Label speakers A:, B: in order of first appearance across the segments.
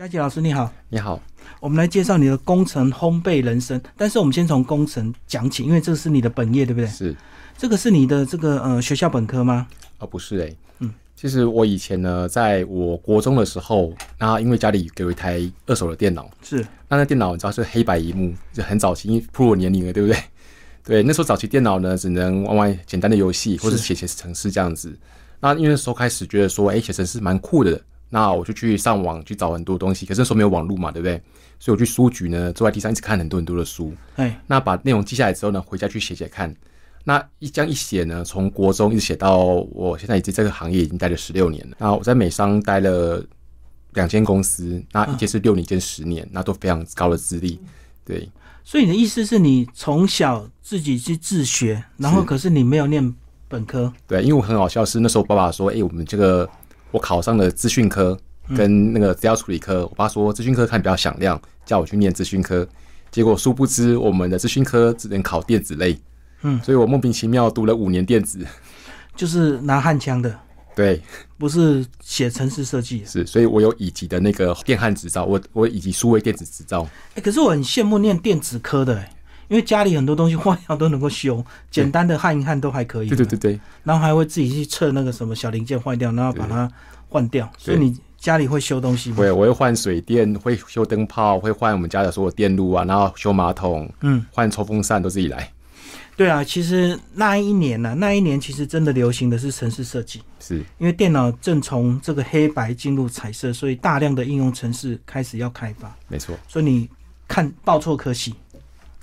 A: 佳琪老师你好，
B: 你好，
A: 我们来介绍你的工程烘焙人生，但是我们先从工程讲起，因为这是你的本业，对不对？
B: 是
A: 这个是你的这个呃学校本科吗？
B: 啊，不是哎、
A: 嗯，
B: 其实我以前呢，在我国中的时候，那因为家里给我一台二手的电脑，
A: 是
B: 那那电脑你知道是黑白荧幕，就很早期，因为步入我年龄了，对不对？ 对，那时候早期电脑呢，只能玩玩简单的游戏，或是
A: 是
B: 写写程式这样子。那因为那时候开始觉得说，哎、写程式蛮酷的，那我就去上网去找很多东西，可是那时候没有网络嘛，对不对？所以我去书局呢，坐在地上一直看很多很多的书。
A: 哎
B: 那把内容记下来之后呢，回家去写写看。那一这样一写呢，从国中一直写到我现在已经这个行业已经待了十六年了。那我在美商待了两间公司，那一间是六年，一间十年，那都非常高的资历。对，
A: 所以你的意思是你从小自己去自学，然后
B: 是
A: 可是你没有念本科，
B: 对，因为我很好笑是那时候我爸爸说：“哎、我们这个我考上了资讯科跟那个资料处理科。我爸说资讯科看比较响亮，叫我去念资讯科。结果殊不知我们的资讯科只能考电子类，
A: 嗯
B: 所以我莫名其妙读了五年电子。
A: 就是拿焊枪的，
B: 对，
A: 不是写城市设计的。
B: 是，所以我有乙级的那个电焊执照，我我有乙级数位电子执照，
A: 哎、可是我很羡慕念电子科的、哎，因为家里很多东西坏掉都能够修，简单的焊一焊都还可以。
B: 对对对对，
A: 然后还会自己去测那个什么小零件坏掉，然后把它换掉。所
B: 对
A: 以你家里会修东西吗？
B: 我也我会换水电，会修灯泡，会换我们家的所有电路啊，然后修马桶，
A: 嗯，
B: 换抽风扇都自己来，
A: 对啊，其实那一年呢、那一年其实真的流行的是城市设计，
B: 是
A: 因为电脑正从这个黑白进入彩色，所以大量的应用城市开始要开发，
B: 没错，
A: 所以你看报错科系，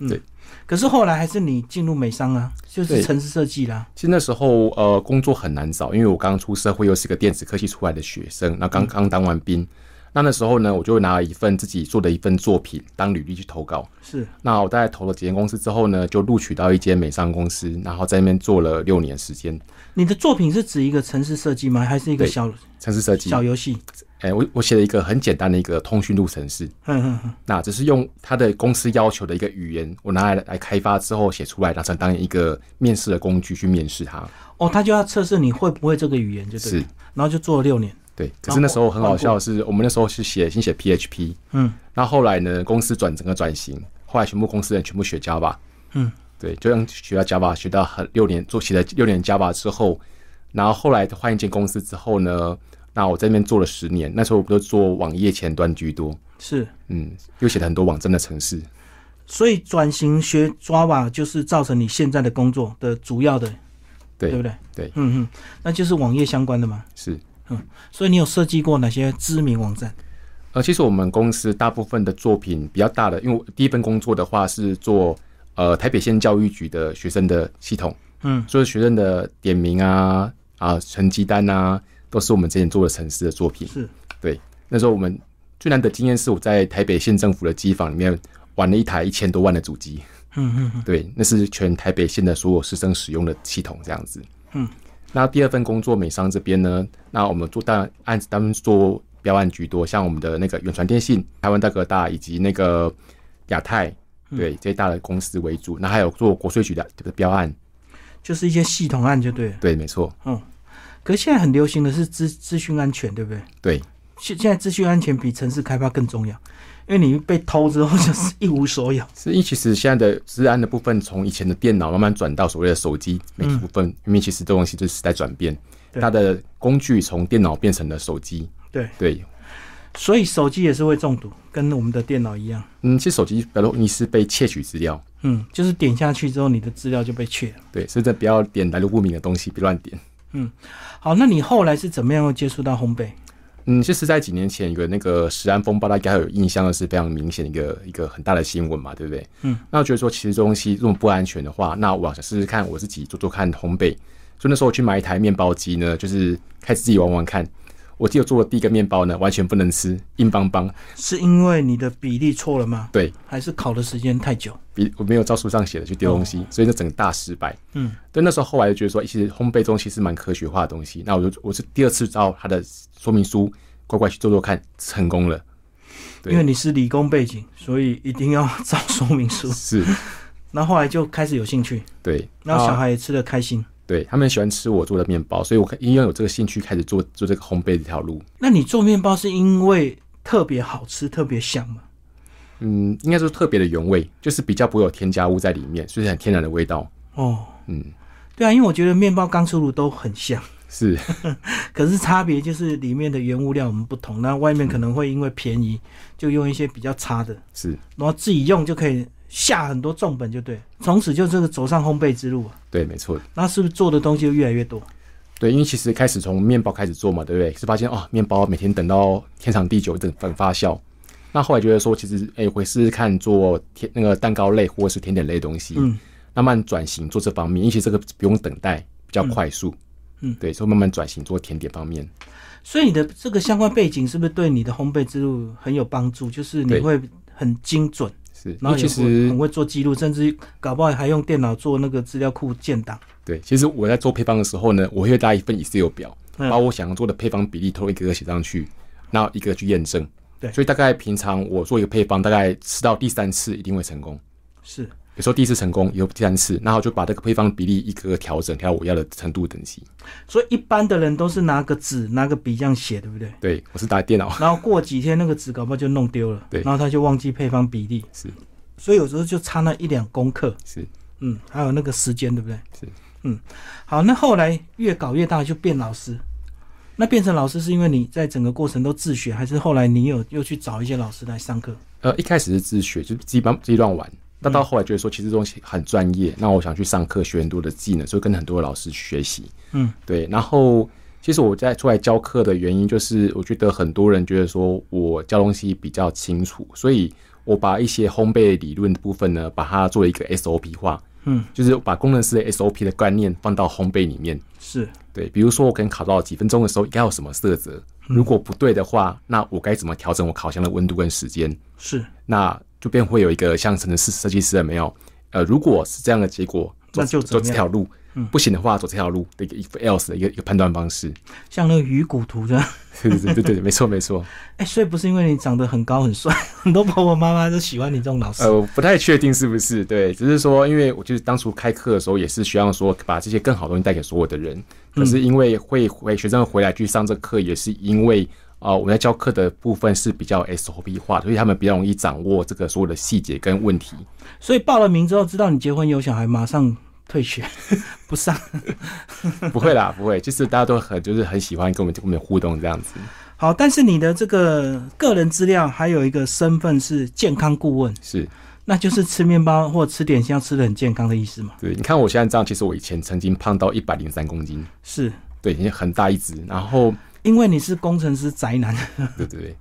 A: 嗯
B: 对。
A: 可是后来还是你进入美商啊，就是
B: 对
A: 城市设计啦。
B: 其实那时候呃工作很难找，因为我刚出社会又是个电子科技出来的学生，那刚刚当完兵，那那时候呢，我就拿一份自己做的一份作品当履历去投稿，
A: 是
B: 那我大概投了几间公司之后呢，就录取到一间美商公司，然后在那边做了六年时间，
A: 你的作品是指一个城市设计吗？还是一个
B: 对
A: 小
B: 城市设计，
A: 小游戏？
B: 哎、我我写了一个很简单的一个通讯录程式，
A: 嗯嗯嗯。
B: 那只是用它的公司要求的一个语言，我拿来来开发之后写出来，拿成当一个面试的工具去面试它。
A: 哦，他就要测试你会不会这个语言，就对了。
B: 是，
A: 然后就做了六年。
B: 对。可是那时候很好笑的是，我们那时候是写先写 PHP，
A: 嗯，
B: 那后来呢，公司转整个转型，后来全部公司人全部学 Java，
A: 嗯，
B: 对，就让学到 Java 学到很六年，做写了六年 Java 之后，然后后来换一间公司之后呢，那我在那边做了十年，那时候我都做网页前端居多，
A: 是。
B: 嗯，又写了很多网站的程式。
A: 所以转型学 Java 就是造成你现在的工作的主要的，
B: 对
A: 不对？
B: 对
A: 嗯嗯，那就是网页相关的嘛。
B: 是，
A: 所以你有设计过哪些知名网站？
B: 呃，其实我们公司大部分的作品比较大的，因为我第一份工作的话是做呃台北县教育局的学生的系统，
A: 嗯，
B: 所以学生的点名啊啊成绩单啊，都是我们之前做的城市的作品。
A: 是
B: 对，那时候我们最难的经验是我在台北县政府的机房里面玩了一台一千多万的主机，
A: 嗯嗯嗯，
B: 对，那是全台北县的所有师生使用的系统这样子。
A: 嗯，
B: 那第二份工作美商这边呢，那我们做大案子，他们做标案居多，像我们的那个远传电信、台湾大哥大以及那个亚太，
A: 嗯
B: 对这些大的公司为主。那还有做国税局的这个标案，
A: 就是一些系统案就对了。嗯
B: 对，没错，
A: 可是现在很流行的是资资讯安全，对不对？
B: 对，
A: 现现在资讯安全比城市开发更重要，因为你被偷之后就是一无所有。
B: 是因为其实现在的治安的部分，从以前的电脑慢慢转到所谓的手机媒体部分，因为其实这东西就是时代转变，
A: 对
B: 它的工具从电脑变成了手机，
A: 对，
B: 对，
A: 所以手机也是会中毒，跟我们的电脑一样。
B: 嗯，其实手机比如你是被窃取资料，
A: 嗯，就是点下去之后，你的资料就被窃了。
B: 对，所以这不要点来路不明的东西，别乱点。
A: 好，那你后来是怎么样又接触到烘焙？
B: 嗯，其实，在几年前有个那个食安风暴，大家有印象的是非常明显的一个一个很大的新闻嘛，对不对？
A: 嗯，
B: 那我觉得说，其实这东西如果不安全的话，那我想试试看我自己做做看烘焙。所以那时候我去买一台面包机呢，就是开始自己玩玩看。我记得做的第一个面包呢，完全不能吃，硬邦邦。
A: 是因为你的比例错了吗？
B: 对，
A: 还是烤的时间太久？
B: 比我没有照书上写的去丢东西，所以那整个大失败。
A: 哦嗯，
B: 对，那时候后来就觉得说，其实烘焙这东西是蛮科学化的东西。那我就我是第二次照它的说明书乖乖去做做看，成功了。对
A: 因为你是理工背景，所以一定要照说明 书。
B: 是，
A: 然后后来就开始有兴趣，
B: 对。
A: 然后
B: 那
A: 小孩也吃得开心。
B: 对他们喜欢吃我做的面包，所以我可因为有这个兴趣开始做做这个烘焙这条路。
A: 那你做面包是因为特别好吃、特别香吗？
B: 嗯，应该说特别的原味，就是比较不会有添加物在里面，所以很天然的味道。
A: 哦，
B: 嗯，
A: 对啊，因为我觉得面包刚出炉都很像，
B: 是
A: 可是差别就是里面的原物料我们不同，那外面可能会因为便宜就用一些比较差的，
B: 是，
A: 然后自己用就可以下很多重本，就对，从此就这个走上烘焙之路啊。
B: 对，没错，
A: 那是不是做的东西就越来越多？
B: 对，因为其实开始从面包开始做嘛，对不对？是发现哦，面包每天等到天长地久，等等发酵。那后来觉得说，其实哎，回试试看做甜那个蛋糕类或者是甜点类的东西，
A: 嗯，
B: 慢慢转型做这方面，因为其实这个不用等待，比较快速。
A: 嗯
B: 对，所以慢慢转型做甜点方面。
A: 所以你的这个相关背景是不是对你的烘焙之路很有帮助？就是你
B: 对
A: 会很精准，
B: 是，因
A: 然后
B: 为
A: 也
B: 其
A: 会
B: 实
A: 很会做记录，甚至搞不好还用电脑做那个资料库建档。
B: 对，其实我在做配方的时候呢，我会带一份 Excel 表，
A: 嗯
B: 把我想要做的配方比例都一个个写上去，然后一个个去验证。
A: 对
B: 所以大概平常我做一个配方，大概吃到第三次一定会成功。
A: 是，
B: 有时候第一次成功，有第三次，然后就把这个配方比例一个个调整，调到我要的程度等级。
A: 所以一般的人都是拿个纸、拿个笔这样写，对不对？
B: 对我是打电脑，
A: 然后过几天那个纸搞不好就弄丢了，
B: 对
A: 然后他就忘记配方比例，
B: 是
A: 所以有时候就差那一两公克，
B: 是
A: 嗯，还有那个时间，对不对？
B: 是，
A: 嗯，好，那后来越搞越大就变老师，那变成老师是因为你在整个过程都自学，还是后来你有又去找一些老师来上课？
B: 呃，一开始是自学，就是自己帮自己乱玩。那
A: 嗯
B: 到后来觉得说，其实这东西很专业，那我想去上课学很多的技能，所以跟很多的老师学习。
A: 嗯，
B: 对。然后，其实我在出来教课的原因，就是我觉得很多人觉得说我教东西比较清楚，所以我把一些烘焙理论的部分呢，把它做一个 SOP 化。
A: 嗯，
B: 就是把工程师的 SOP 的概念放到烘焙里面。
A: 是，
B: 对，比如说我可能烤到几分钟的时候，应该有什么色泽？
A: 嗯
B: 如果不对的话，那我该怎么调整我烤箱的温度跟时间？
A: 是，
B: 那就便会有一个像城市设计师的没有，呃，如果是这样的结果，走
A: 那就怎
B: 走
A: 么样嗯
B: 这条路，不行的话走这条路的一个 if else 的一个一个判断方 式。
A: 像那个鱼骨图这样。
B: 对对对对对，没错没错。
A: 哎、所以不是因为你长得很高很帅， 很多婆婆妈妈都喜欢你这种老师。
B: 呃，我不太确定是不是对，只是说，因为我就是当初开课的时候，也是希望说把这些更好的东西带给所有的人。
A: 嗯
B: 可是因为会回学生回来去上这课，也是因为啊、呃我在教课的部分是比较 SOP 化，所以他们比较容易掌握这个所有的细节跟问题。
A: 所以报了名之后，知道你结婚有小孩，马上退学， 不上。
B: 不会啦，不会，就是大家都很就是很喜欢跟我们跟我们互动这样子。
A: 好，但是你的这个个人资料还有一个身份是健康顾问，
B: 是
A: 那就是吃面包或吃点心要吃的很健康的意思嘛？
B: 对，你看我现在这样，其实我以前曾经胖到一百零三公斤，
A: 是
B: 对，已经很大一只。然后，
A: 因为你是工程师宅男
B: 对对对，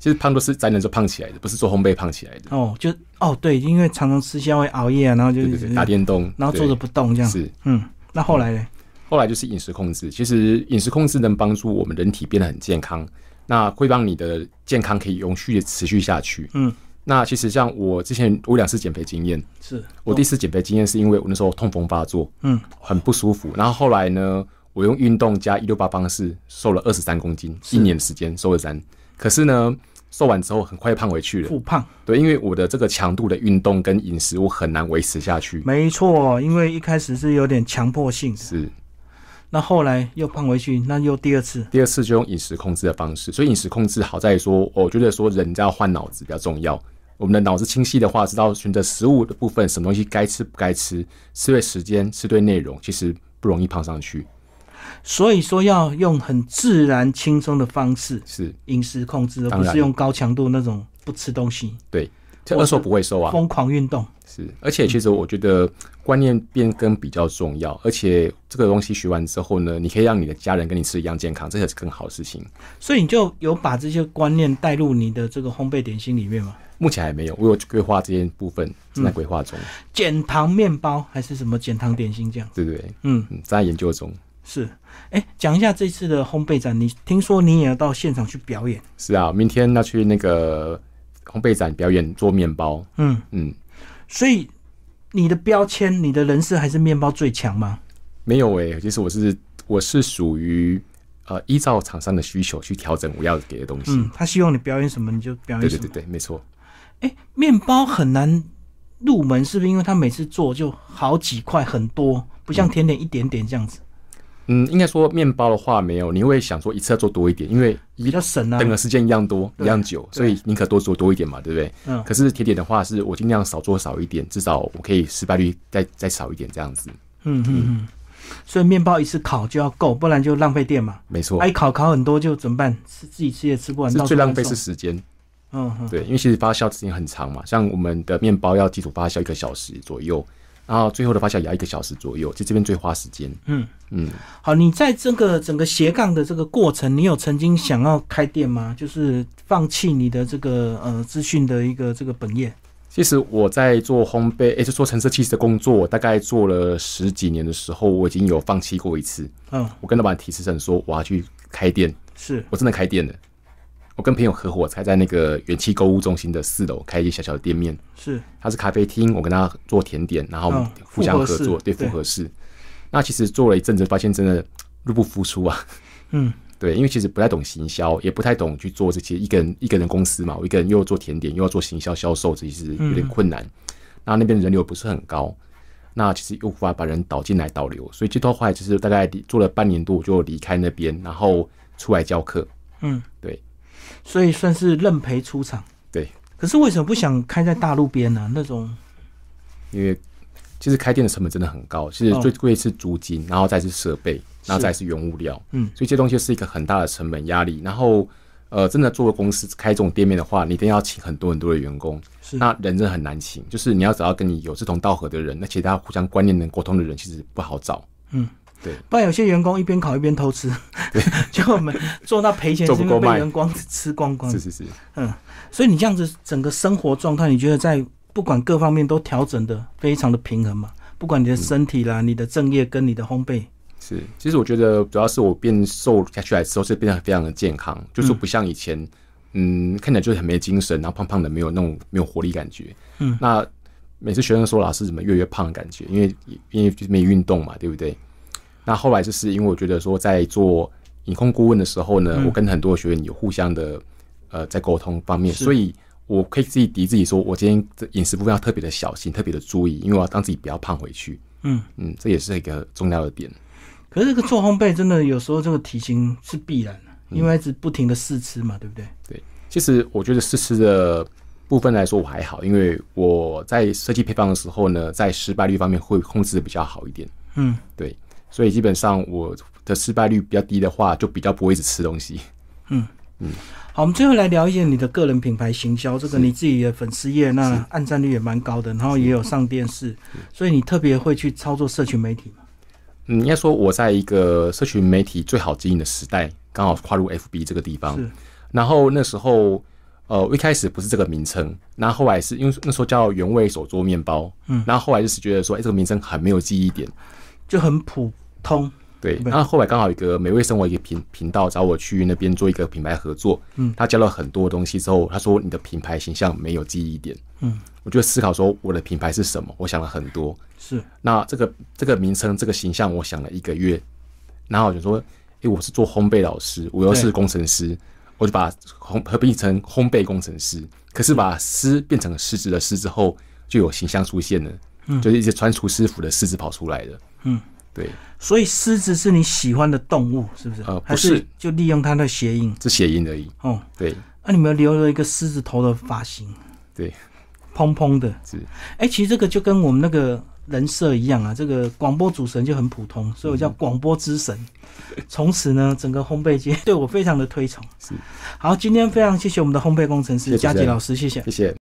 B: 其实胖都是宅男就胖起来的，不是做烘焙胖起来的。
A: 哦，就哦对，因为常常吃宵夜熬夜啊，然后就
B: 对
A: 一
B: 对
A: 直
B: 对，打电动，
A: 然后坐着不动这
B: 对
A: 样。
B: 是。
A: 嗯，那后来呢？
B: 后来就是饮食控制，其实饮食控制能帮助我们人体变得很健康，那会让你的健康可以永续的持续下去。
A: 嗯，
B: 那其实像我之前我有两次减肥经验，
A: 是
B: 我第一次减肥经验是因为我那时候痛风发作，
A: 嗯，
B: 很不舒服。然后后来呢，我用运动加一六八方式瘦了二十三公斤，一年的时间瘦了三。可是呢，瘦完之后很快又胖回去了。
A: 复胖，
B: 对，因为我的这个强度的运动跟饮食，我很难维持下去。
A: 没错，因为一开始是有点强迫性，
B: 是
A: 那后来又胖回去，那又第二次。
B: 第二次就用饮食控制的方式，所以饮食控制好在说，我觉得说人要换脑子比较重要。我们的脑子清晰的话，知道选择食物的部分，什么东西该吃不该吃，吃对时间，吃对内容，其实不容易胖上去。
A: 所以说要用很自然轻松的方式
B: 是
A: 饮食控制，而
B: 当
A: 不
B: 然
A: 是用高强度那种不吃东西、
B: 对，这二手不会瘦啊。
A: 疯狂运动。
B: 是，而且其实我觉得观念变更比较重要，而且这个东西学完之后呢，你可以让你的家人跟你吃一样健康，这也是更好的事情。
A: 所以你就有把这些观念带入你的这个烘焙点心里面吗？
B: 目前还没有，我有规划这些部分，正在规划中，
A: 减糖面包还是什么减糖点心这样？
B: 对不对？
A: 嗯，
B: 嗯，正在研究中。
A: 是。哎，讲一下这次的烘焙展，你听说你也要到现场去表演？
B: 是啊，明天要去那个烘焙展表演做面包。
A: 嗯，
B: 嗯，
A: 所以你的标签、你的人设还是面包最强吗？
B: 没有诶、其实我是我是属于呃依照厂商的需求去调整我要给的东西。
A: 嗯，他希望你表演什么你就表演
B: 对对
A: 什么
B: 对。嗯对，没错。
A: 哎，面包很难入门，是不是因为它每次做就好几块，很多，不像甜点一点点这样子？
B: 嗯，应该说面包的话没有，你会想说一次要做多一点，因为
A: 比较省啊
B: 等。的时间一样多、一
A: 嗯对
B: 样久，所以宁可多做多一点嘛，对不对？
A: 嗯
B: 可是甜点的话，是我尽量少做少一点，至少我可以失败率再再少一点这样子。
A: 嗯嗯嗯，所以面包一次烤就要够，不然就浪费电嘛。
B: 没错，
A: 哎，烤烤很多就怎么办？吃自己吃也吃不完，
B: 是
A: 到处
B: 最浪费
A: 乱
B: 是
A: 送
B: 时间。
A: 嗯嗯
B: 对，因为其实发酵时间很长嘛，像我们的面包要基础发酵一个小时左右，然后最后的发酵也要一个小时左右，在这边最花时间。
A: 嗯。
B: 嗯，
A: 好，你在这个整个斜杠的这个过程，你有曾经想要开店吗？就是放弃你的这个呃资讯的一个这个本业。
B: 其实我在做烘焙，也、就做橙色气质的工作，大概做了十几年的时候，我已经有放弃过一次。
A: 嗯，
B: 我跟老板提示成说我要去开店，
A: 是
B: 我真的开店了。我跟朋友合伙才在那个元气购物中心的四楼开一间小小的店面，
A: 是，
B: 他是咖啡厅，我跟他做甜点，然后我们
A: 嗯
B: 互相
A: 复合
B: 合
A: 式
B: 作，对
A: 对
B: 复合式。那其实做了一阵子，发现真的入不敷出啊。
A: 嗯
B: 对，因为其实不太懂行销，也不太懂去做这些一个人一个人公司嘛，我一个人又要做甜点，又要做行销销售，其实有点困难。那那边人流不是很高，那其实又无法把人导进来导流，所以这段话就是大概做了半年多，我就离开那边，然后出来教课。
A: 嗯，
B: 对，
A: 所以算是认赔出场。
B: 对，
A: 可是为什么不想开在大路边呢、那种
B: 因为其实开店的成本真的很高，其实
A: 哦
B: 最贵是租金，然后再是设备，然后再是原物料，
A: 嗯
B: 所以这东西是一个很大的成本压力。然后，呃，真的做个公司开这种店面的话，你一定要请很多很多的员工，
A: 是
B: 那人真的很难请，就是你要找到跟你有志同道合的人，那其实大家互相观念能沟通的人，其实不好找。
A: 不然有些员工一边烤一边偷吃， 就我们做到赔钱，
B: 做
A: 是
B: 不
A: 因
B: 够
A: 为被
B: 卖
A: 员工吃光光
B: 是。是是，
A: 嗯所以你这样子整个生活状态，你觉得在不管各方面都调整的非常的平衡嘛？不管你的身体
B: 嗯
A: 啦、你的正业跟你的烘焙，
B: 是，其实我觉得主要是我变瘦下去来之后是变得非常的健康，就是不像以前，嗯看起来就是很没精神，然后胖胖的，没有那种没有活力感觉。
A: 嗯，
B: 那每次学生说老师怎么越来越胖的感觉，因为因为就是没运动嘛，对不对？那后来就是因为我觉得说在做影控顾问的时候呢，
A: 嗯
B: 我跟很多学员有互相的呃在沟通方面，
A: 是
B: 所以。我可以自己敌自己说，我今天这饮食部分要特别的小心，特别的注意，因为我要让自己不要胖回去。
A: 嗯。
B: 嗯，这也是一个重要的点。
A: 可是这个做烘焙真的有时候这个体型是必然的，
B: 嗯
A: 因为一直不停的试吃嘛，对不对？
B: 对，其实我觉得试吃的部分来说我还好，因为我在设计配方的时候呢，在失败率方面会控制的比较好一点。
A: 嗯，
B: 对，所以基本上我的失败率比较低的话，就比较不会一直吃东西。
A: 好，我们最后来聊一些你的个人品牌行销，这个你自己的粉丝页，那按赞率也蛮高的，然后也有上电视，所以你特别会去操作社群媒体嘛？
B: 嗯，应该说我在一个社群媒体最好经营的时代，刚好跨入 FB 这个地方
A: 是。
B: 然后那时候，呃，我一开始不是这个名称，那后来是因为那时候叫原味手做面包，嗯，然后后来就是觉得说，哎、这个名称很没有记忆点，
A: 就很普通，
B: 对，
A: 对
B: 然后后来刚好有一个美味生活一个频频道找我去那边做一个品牌合作，嗯，他教了很多东西之后，他说你的品牌形象没有记忆点，
A: 嗯，
B: 我就思考说我的品牌是什么，我想了很多，
A: 是
B: 那这个这个名称这个形象我想了一个月，然后我就说，诶，我是做烘焙老师，我又
A: 对
B: 是工程师，我就把烘合并成烘焙工程师，可是把师变成了师职的师之后，就有形象出现了，嗯，就是一些穿厨师服的狮子跑出来的，
A: 嗯，
B: 对，
A: 所以狮子是你喜欢的动物，是不是？
B: 呃不
A: 还
B: 是
A: 就利用它的谐音
B: 这谐音而已，
A: 哦。
B: 对。
A: 那、你们留了一个狮子头的发型，
B: 对，
A: 蓬蓬的。
B: 是，
A: 哎、其实这个就跟我们那个人设一样啊，这个广播主持人就很普通，所以我
B: 嗯
A: 叫广播之神。从此呢，整个烘焙界对我非常的推崇。
B: 是，
A: 好，今天非常谢谢我们的烘焙工程师
B: 谢谢主持
A: 佳
B: 人
A: 杰老师，谢谢。
B: 谢谢。